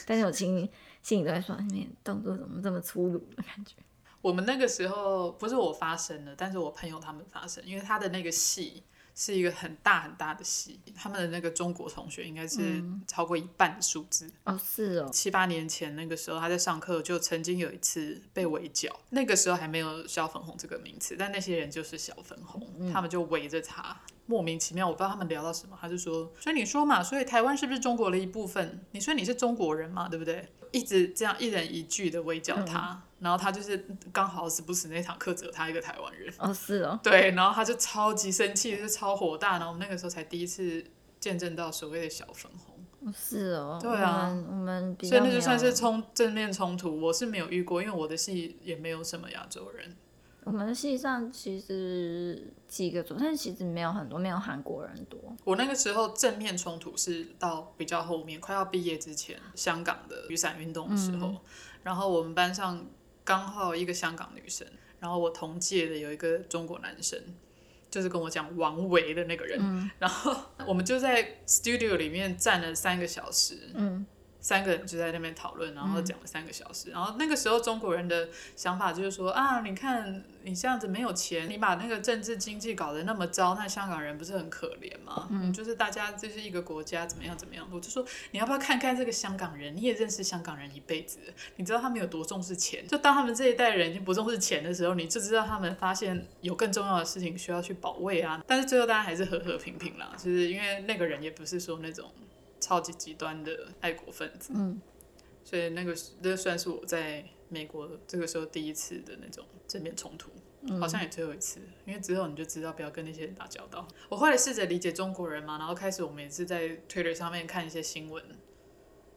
B: 但是我心心里都在说，你们动作怎么这么粗鲁的感觉？
A: 我们那个时候不是我发生的，但是我朋友他们发生，因为他的那个戏是一个很大很大的戏，他们的那个中国同学应该是超过一半的数字。
B: 哦，是哦，
A: 七八年前那个时候，他在上课就曾经有一次被围剿，那个时候还没有“小粉红”这个名词，但那些人就是小粉红，他们就围着他。莫名其妙，我不知道他们聊到什么，他就说：“所以你说嘛，所以台湾是不是中国的一部分？你说你是中国人嘛，对不对？”一直这样一人一句的围剿他，然后他就是刚好死不死那堂课只有他一个台湾人，
B: 哦是哦，
A: 对，然后他就超级生气，就超火大，然后我们那个时候才第一次见证到所谓的小粉红。
B: 哦是哦。
A: 对啊
B: 我们我们比
A: 所以
B: 较
A: 那
B: 没有
A: 就算是冲正面冲突，我是没有遇过，因为我的戏也没有什么亚洲人。
B: 我们系上其实几个组，但其实没有很多，没有韩国人多。
A: 我那个时候正面冲突是到比较后面，快要毕业之前，香港的雨伞运动的时候，
B: 嗯
A: 然后我们班上刚好一个香港女生，然后我同届的有一个中国男生。就是跟我讲王维的那个人，
B: 嗯
A: 然后我们就在 studio 里面站了三个小时，
B: 嗯，
A: 三个人就在那边讨论，然后讲了三个小时。然后那个时候中国人的想法就是说啊，你看你这样子没有钱，你把那个政治经济搞得那么糟，那香港人不是很可怜吗？嗯，就是大家就是一个国家怎么样怎么样。我就说你要不要看看这个香港人？你也认识香港人一辈子了，你知道他们有多重视钱？就当他们这一代人已经不重视钱的时候，你就知道他们发现有更重要的事情需要去保卫啊。但是最后大家还是和和平平啦，就是因为那个人也不是说那种。超级极端的爱国分子，
B: 嗯，
A: 所以那个是那算是我在美国这个时候第一次的那种正面冲突，
B: 嗯
A: 好像也只有一次，因为之后你就知道不要跟那些人打交道。我后来试着理解中国人嘛，然后开始我们也是在 Twitter 上面看一些新闻，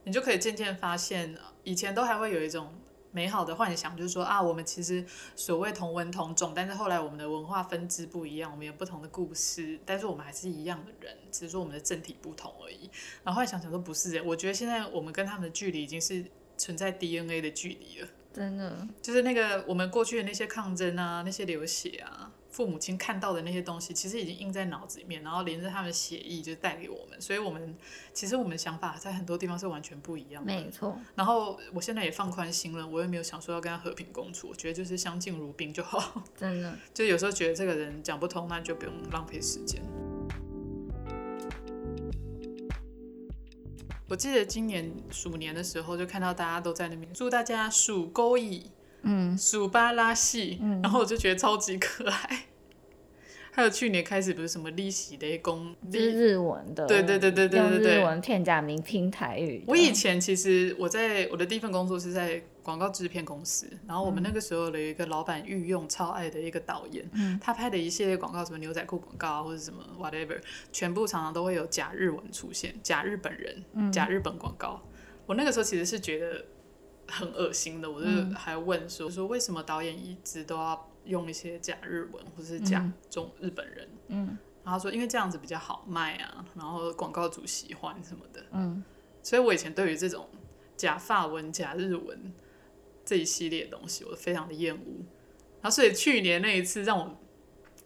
A: 你就可以渐渐发现，以前都还会有一种。美好的幻想就是说啊，我们其实所谓同文同种，但是后来我们的文化分支不一样，我们有不同的故事，但是我们还是一样的人，只是说我们的政体不同而已。然后后来想想说不是欸耶，我觉得现在我们跟他们的距离已经是存在 DNA 的距离了，
B: 真的，
A: 就是那个我们过去的那些抗争啊，那些流血啊，父母亲看到的那些东西，其实已经印在脑子里面，然后连着他们的血意就带给我们，所以我们其实我们的想法在很多地方是完全不一样的。
B: 没错。
A: 然后我现在也放宽心了，我也没有想说要跟他和平共处，我觉得就是相敬如宾就好。
B: 真的，
A: 就有时候觉得这个人讲不通，那就不用浪费时间。我记得今年鼠年的时候，就看到大家都在那边祝大家鼠勾蚁、
B: 嗯，
A: 鼠巴拉系，然后我就觉得超级可爱。还有去年开始不是什么利息雷公，
B: 是日文的，
A: 对对对对对
B: 用
A: 对对
B: 日文片假名拼台语的。
A: 我以前其实我在我的第一份工作是在广告制片公司，然后我们那个时候的一个老板御用超爱的一个导演，
B: 嗯
A: 他拍的一系列广告，什么牛仔裤广告啊，或者什么 whatever，全部常常都会有假日文出现，假日本人，
B: 嗯
A: 假日本广告。我那个时候其实是觉得很恶心的，我就
B: 嗯
A: 还问说、说为什么导演一直都要用一些假日文或是假
B: 嗯
A: 中日本人，
B: 嗯
A: 然后他说因为这样子比较好卖啊，然后广告主喜欢什么的。
B: 嗯
A: 所以我以前对于这种假法文、假日文这一系列的东西，我非常的厌恶。然后，所以去年那一次让我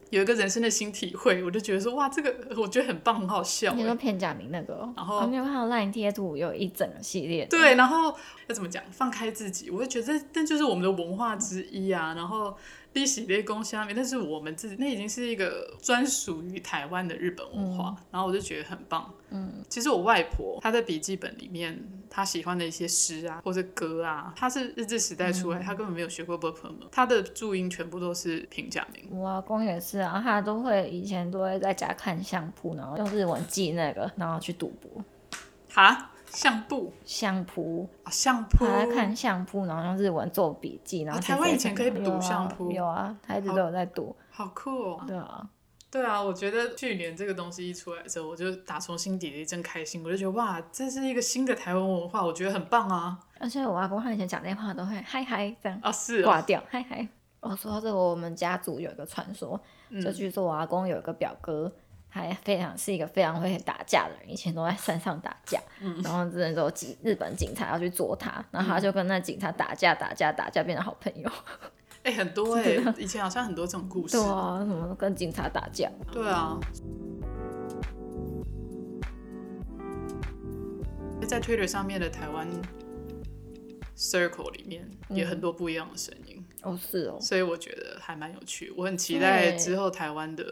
A: 有一个人生的新体会，我就觉得说，哇，这个我觉得很棒，很好笑欸。
B: 你说片假名那个哦，
A: 然后
B: 我没有看到 LINE 贴图有一整个系列的，
A: 对，然后要怎么讲？放开自己，我就觉得这这就是我们的文化之一啊。然后利息类公虾米，那是我们自己，那已经是一个专属于台湾的日本文化。然后我就觉得很棒。
B: 嗯，
A: 其实我外婆她在笔记本里面，她喜欢的一些诗啊，或者歌啊，她是日治时代出来，
B: 嗯
A: 她根本没有学过 b u p 她的注音全部都是平假名。
B: 我阿公也是啊，他都会以前都会在家看相扑，然后用日文记那个，然后去赌博
A: 哈，相簿
B: 相扑，
A: 啊，相簿。
B: 他在看相扑，然后用日文做笔记，然后
A: 啊
B: 去
A: 台湾
B: 写
A: 以前
B: 成
A: 可以赌相扑
B: 有啊有啊，他一直都有在赌，
A: 好酷哦！
B: 对啊，
A: 对啊，我觉得去年这个东西一出来之后，我就打从心底的一阵开心，我就觉得哇，这是一个新的台湾文化，我觉得很棒啊！
B: 而且我阿公他以前讲电话都会嗨嗨这样
A: 啊，是哦
B: 挂掉，嗨嗨。哦，说到这个，我们家族有一个传说，就
A: 嗯，
B: 据说我阿公有一个表哥，还非常是一个非常会打架的人，以前都在山上打架，
A: 嗯
B: 然后真的都警日本警察要去捉他，然后他就跟那警察打架打架打架，变成好朋友。
A: 哎、很多哎、以前好像很多这种故事。
B: 对啊，什么跟警察打架，
A: 对啊。在 Twitter 上面的台湾 Circle 里面，也很多不一样的声音，
B: 哦是嗯哦，
A: 所以我觉得还蛮有趣。我很期待
B: 对
A: 之后台湾的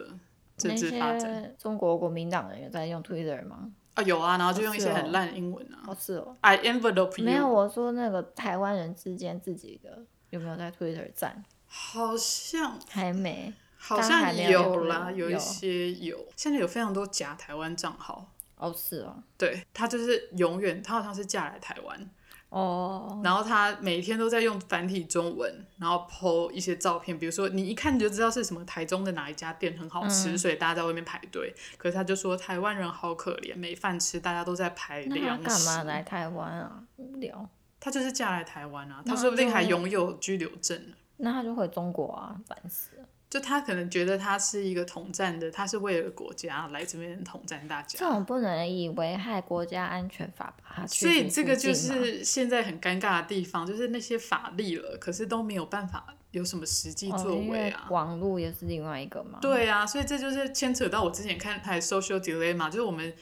A: 政
B: 那
A: 治发展
B: 些中国国民党人有在用 Twitter 吗？
A: 啊，有啊，然后就用一
B: 是
A: 些
B: 哦
A: 很烂的英文啊。
B: 哦是哦，
A: I envelope you，
B: 没有，我说那个台湾人之间自己的有没有在 Twitter 站？
A: 好像
B: 还没
A: 好
B: 大家还
A: 像
B: 没有
A: 有
B: 用
A: 啦，有一
B: 有
A: 些有，现在有非常多假台湾账号，
B: 哦是哦
A: 对他就是永远，他好像是嫁来台湾，
B: 哦
A: 然后他每天都在用繁体中文，然后 PO 一些照片，比如说你一看你就知道是什么台中的哪一家店很好吃，
B: 嗯
A: 所以大家在外面排队。可是他就说台湾人好可怜，没饭吃，大家都在排
B: 那他
A: 粮
B: 干
A: 食。
B: 嘛来台湾啊？无聊。
A: 他就是嫁来台湾啊，
B: 那
A: 他说不定还
B: 就
A: 拥有居留证啊呢。
B: 那他就回中国啊，烦死了！
A: 就他可能觉得他是一个统战的，他是为了国家来这边统战大
B: 这
A: 家，
B: 种不能以危害国家安全法把他驱
A: 所
B: 逐
A: 以这个就
B: 出境哦嘛
A: 是现在很尴尬的地方，就是那些法律了，可是都没有办法有什么实际
B: 哦
A: 作
B: 因
A: 为
B: 为
A: 啊。
B: 网络也是另外一个嘛。，
A: 对啊，所以这就是牵扯到我之前看台 social dilemma，就是我们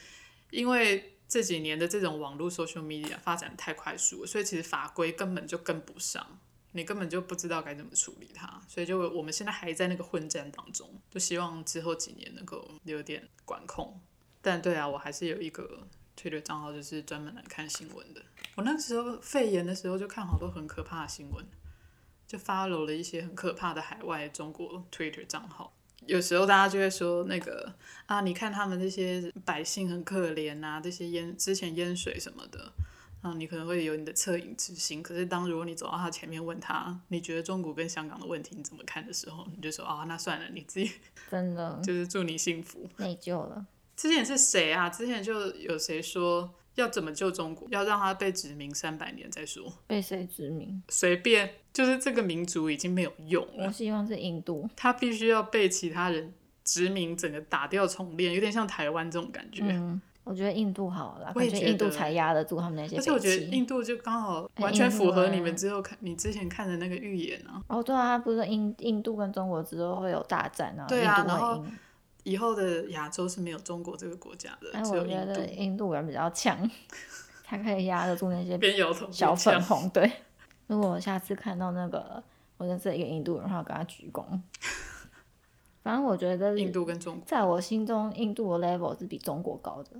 A: 因为这几年的这种网络 social media 发展太快速了，所以其实法规根本就跟不上，你根本就不知道该怎么处理它，所以就我们现在还在那个混战当中，就希望之后几年能够有点管控。但对啊，我还是有一个推特账号，就是专门来看新闻的。我那个时候肺炎的时候就看好多很可怕的新闻，就 follow 了一些很可怕的海外中国 Twitter 账号。有时候大家就会说那个啊，你看他们这些百姓很可怜啊，这些淹之前淹水什么的，啊，你可能会有你的恻隐之心。可是当如果你走到他前面问他，你觉得中国跟香港的问题你怎么看的时候，你就说啊，那算了，你自己
B: 真的
A: 就是祝你幸福。
B: 内疚了。
A: 之前是谁啊？之前就有谁说要怎么救中国，要让他被殖民三百年再说，
B: 被谁殖民？
A: 随便，就是这个民族已经没有用了
B: 我。希望是印度。
A: 他必须要被其他人殖民，整个打掉重练，有点像台湾这种感觉。
B: 嗯，我觉得印度好了啦，
A: 啊我也
B: 感觉
A: 觉
B: 印度
A: 得
B: 才压得住他们那些
A: 而
B: 北
A: 且我觉得
B: 齐。
A: 印度就刚好
B: 哎
A: 完全符合你
B: 印度
A: 们
B: 啊
A: 之后看你之前看的那个预言啊，
B: 哦，对啊，他不是说印印度跟中国之后会有大战啊，
A: 对啊
B: 印度
A: 然
B: 会
A: 后
B: 赢。
A: 以后的亚洲是没有中国这个国家的，
B: 哎，
A: 呃只
B: 我
A: 有
B: 觉
A: 印
B: 得
A: 度。
B: 印度人比较强， 他可以压得住那些
A: 边摇头边
B: 小粉
A: 呛
B: 红。对，如果我下次看到那个我认识的一个印度人，然后跟他鞠躬。反正我觉得
A: 印度跟中国
B: 在我心中，印度的 level 是比中国高的。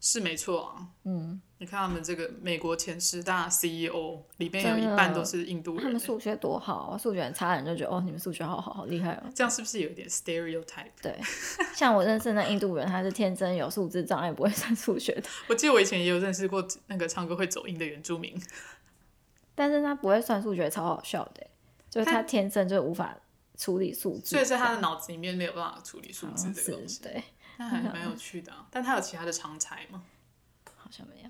A: 是没错啊。
B: 嗯，
A: 你看他们这个美国前十大 CEO 里面有
B: 真的
A: 一半都是印度
B: 他
A: 人
B: 们
A: 欸，
B: 数学多好啊，数学很差的人就觉得哦，你们数学好好好厉害 哦。
A: 这样是不是有点 stereotype？
B: 对，像我认识那印度人，他是天生有数字障碍，不会算数学的，
A: 我记得我以前也有认识过那个唱歌会走音的原住民，
B: 但是他不会算数学，超好笑的欸，就是他天生就无法处理数字，
A: 所以是他的脑子里面没有办法处理数
B: 好
A: 字
B: 像
A: 这个东
B: 啊是
A: 西，
B: 对，
A: 那还蛮有趣的、啊。但他有其他的长才吗？
B: 好像没有。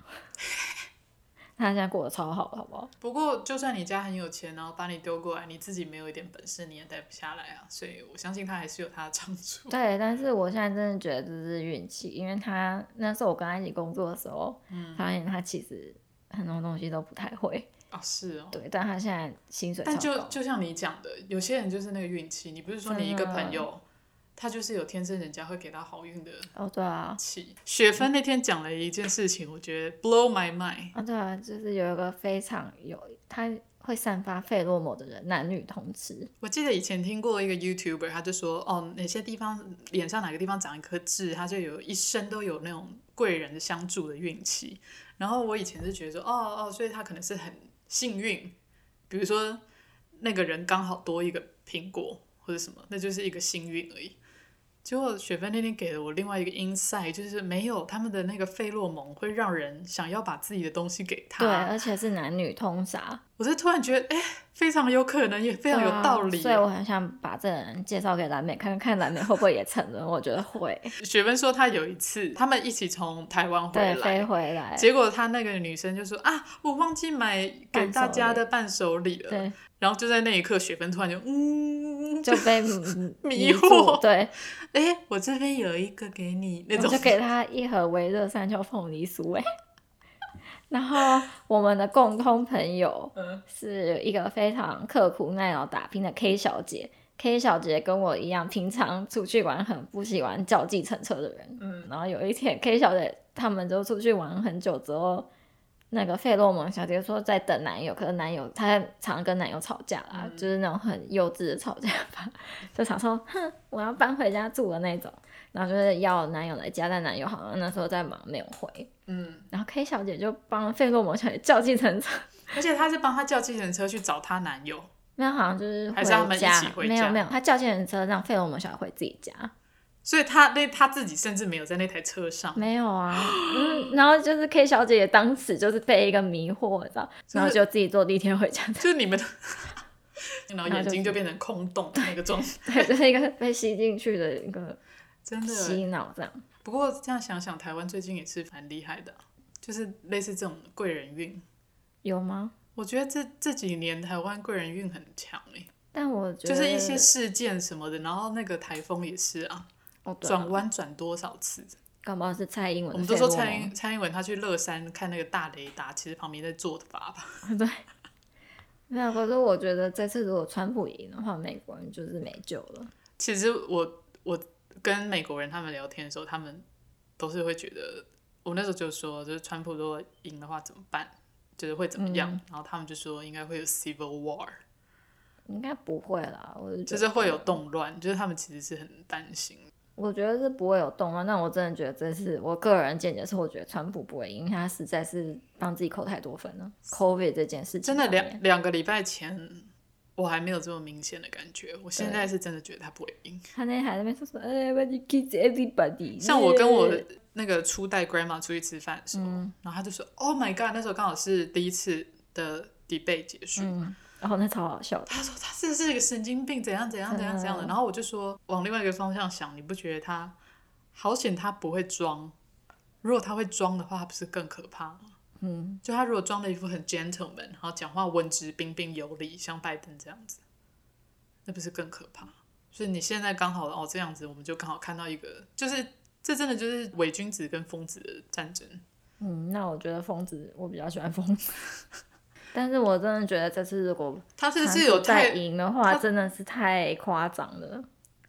B: 他现在过得超好的，好不好？
A: 不过就算你家很有钱，然后把你丢过来，你自己没有一点本事，你也待不下来啊。所以我相信他还是有他的长处。
B: 对，但是我现在真的觉得这是运气，因为他那时候我跟他一起工作的时候，
A: 嗯
B: 发现他其实很多东西都不太会，
A: 啊，是哦。
B: 对，但他现在薪水
A: 但
B: 超
A: 就
B: 高，
A: 就像你讲的，有些人就是那个运气。你不是说你一个
B: 真的
A: 朋友，他就是有天生人家会给他好运的
B: 哦，对啊，
A: 气。雪芬那天讲了一件事情，我觉得 blow my mind。
B: 啊对啊，就是有一个非常有他会散发费洛蒙的人，男女通吃，
A: 我记得以前听过一个 YouTuber，他就说，哦，哪些地方脸上哪个地方长一颗痣，他就有一生都有那种贵人的相助的运气。然后我以前是觉得说，哦哦，所以他可能是很幸运，比如说那个人刚好多一个苹果或者什么，那就是一个幸运而已。结果雪芬那天给了我另外一个 insight，就是没有他们的那个费洛蒙会让人想要把自己的东西给他。
B: 对，啊而且是男女通杀，
A: 我就突然觉得，哎，非常有可能，也非
B: 非
A: 常有道理耶、
B: 啊
A: 啊
B: 所以我很想把这个人介绍给蓝美，看看蓝美会不会也承认，我觉 得会，
A: 雪芬说，她有一次他们一起从台湾回
B: 对，飞
A: 来，
B: 回来，
A: 结果她那个女生就说啊，我忘记买给大家的伴手礼了。
B: 对，
A: 然后就在那一刻，雪芬突然就嗯，
B: 就被迷
A: 迷惑
B: 住对。
A: 哎，我这边有一个给你那
B: 我
A: 种
B: 就，给他一盒微热山丘凤梨酥哎。 然后我们的共同朋友
A: 嗯
B: 是一个非常刻苦耐劳打拼的 K 小姐。K 小姐跟我一样，平常出去玩很不喜欢叫计程车的人。
A: 嗯，
B: 然后有一天，K 小姐他们就出去玩很久之后，那个费洛蒙小姐说在等男友，可是男友她常跟男友吵架啦，
A: 嗯
B: 就是那种很幼稚的吵架吧， 就想说哼，我要搬回家住的那种，然后就是要男友来家，但男友好像那时候在忙没有回，
A: 嗯，
B: 然后 K 小姐就帮费洛蒙小姐叫计程车，
A: 而且她是帮她叫计程车去找她男友，
B: 那好像就是
A: 还是他们一
B: 家
A: 起，回
B: 没有
A: 家
B: 没有，她叫计程车让费洛蒙小姐回自己家，
A: 所以她那她自己甚至没有在那台车上，
B: 没有啊，嗯，然后就是 K 小姐也当时就是被一个迷惑，你知道，然后
A: 就是
B: 就自己坐地铁回家，
A: 就你 们的，然后
B: 然后
A: 眼
B: 就
A: 睛
B: 是
A: 就变成空洞的那个状 态，
B: 对，就是一个被吸进去的一个
A: 真的
B: 洗脑这样。
A: 不过这样想想，台湾最近也是蛮厉害的啊，就是类似这种贵人运。
B: 有吗？
A: 我觉得这这几年台湾贵人运很强哎、
B: 但我觉
A: 就
B: 得
A: 是一些事件什么的，然后那个台风也是啊，
B: 哦，对啊
A: 转弯转多少次？
B: 搞不好是蔡英文
A: 我
B: 的
A: 们都
B: 废
A: 说
B: 物吗。
A: 蔡英蔡英文他去乐山看那个大雷达，其实旁边在做法吧。
B: 没有，可是我觉得这次如果川普赢的话，美国人就是没救了。
A: 其实我我跟美国人他们聊天的时候，他们都是会觉得，我那时候就说，就是川普如果赢的话怎么办，就是会怎么样？
B: 嗯
A: 然后他们就说应该会有 civil war。
B: 应该不会啦，我是觉
A: 就
B: 得
A: 是会有，动乱，就是他们其实是很担心。
B: 我觉得是不会有动乱。但我真的觉得这次我个人见解是，我觉得川普不会赢，因为他实在是帮自己扣太多分了。COVID 这件事情
A: 真的
B: 上
A: 两
B: 面
A: 两个礼拜前，我还没有这么明显的感觉，我现在是真的觉得他不会赢。
B: 他那天还在那边说什么，哎，everybody kiss everybody。
A: 像我跟我
B: 耶
A: 那个初代 grandma 出去吃饭的时候，
B: 嗯
A: 然后他就说：“Oh my god！” 那时候刚好是第一次的 debate 结束，
B: 嗯，然后那超好笑的，
A: 他说他这是一个神经病，怎样怎样怎样怎样的。
B: 真的
A: 然后我就说往另外一个方向想，你不觉得他好险他不会装？如果他会装的话，他不是更可怕吗？
B: 嗯，
A: 就他如果装的一副很 gentleman，然后讲话文质彬彬有礼，像拜登这样子，那不是更可怕？所以你现在刚好哦这样子，我们就刚好看到一个，就是这真的就是伪君子跟疯子的战争。
B: 嗯，那我觉得疯子，我比较喜欢疯子。 但是我真的觉得这次如果
A: 他是不
B: 韩
A: 是有
B: 国再
A: 太
B: 赢的话，真的是太夸张了。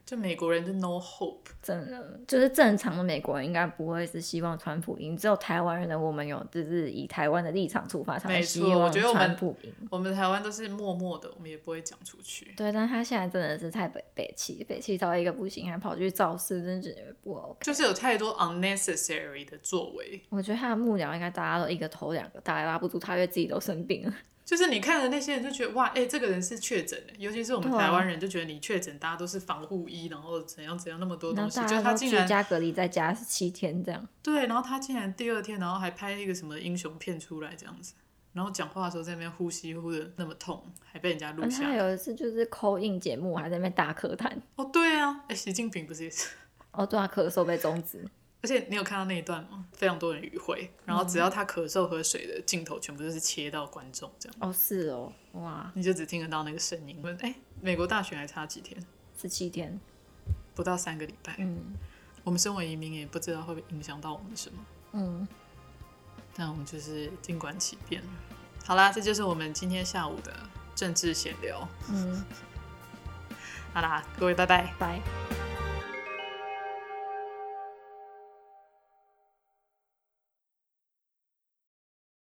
A: 就美国人就 no hope，
B: 真的就是正常的美国人应该不会是希望川普赢，只有台湾人的我们有就是以台湾的立场出发，才会
A: 没
B: 希
A: 错我
B: 望
A: 觉得我们
B: 川普赢。
A: 我们台湾都是默默的，我们也不会讲出去。
B: 对，但他现在真的是太北北气，北气到一个不行，还跑去造势，真的觉得不 OK。
A: 就是有太多 unnecessary 的作为，
B: 我觉得他的幕僚应该大家都一个头两个，大家拉不住他，因为自己都生病了。
A: 就是你看的那些人就觉得哇，哎、这个人是确诊的，尤其是我们
B: 对啊
A: 台湾人就觉得你确诊，大家都是防护衣，然后怎样怎样那么多
B: 然
A: 东
B: 后
A: 西，
B: 大
A: 就
B: 家
A: 他
B: 都
A: 竟
B: 居
A: 然
B: 家隔离在家七天这样，
A: 对，然后他竟然第二天，然后还拍一个什么英雄片出来这样子，然后讲话的时候在那边呼吸呼的那么痛，还被人家录
B: 而且
A: 下
B: 他
A: 来。
B: 有一次就是扣印节目，还在那边大咳痰。
A: 哦，对啊，哎、习近平不是也是？
B: 哦，对啊，咳嗽被终止，
A: 而且你有看到那一段吗？非常多人与会，然后只要他咳嗽喝水的镜头，全部都是切到观众这样，
B: 哦是哦，哇，
A: 你就只听得到那个声音。问，哎、美国大选还差几天？
B: 十七天，
A: 不到三个礼拜，
B: 嗯
A: 我们身为移民也不知道会不会影响到我们什么，
B: 嗯，
A: 但我们就是静观其变。好啦，这就是我们今天下午的政治闲聊。
B: 嗯，
A: 好啦，各位拜拜。
B: 拜。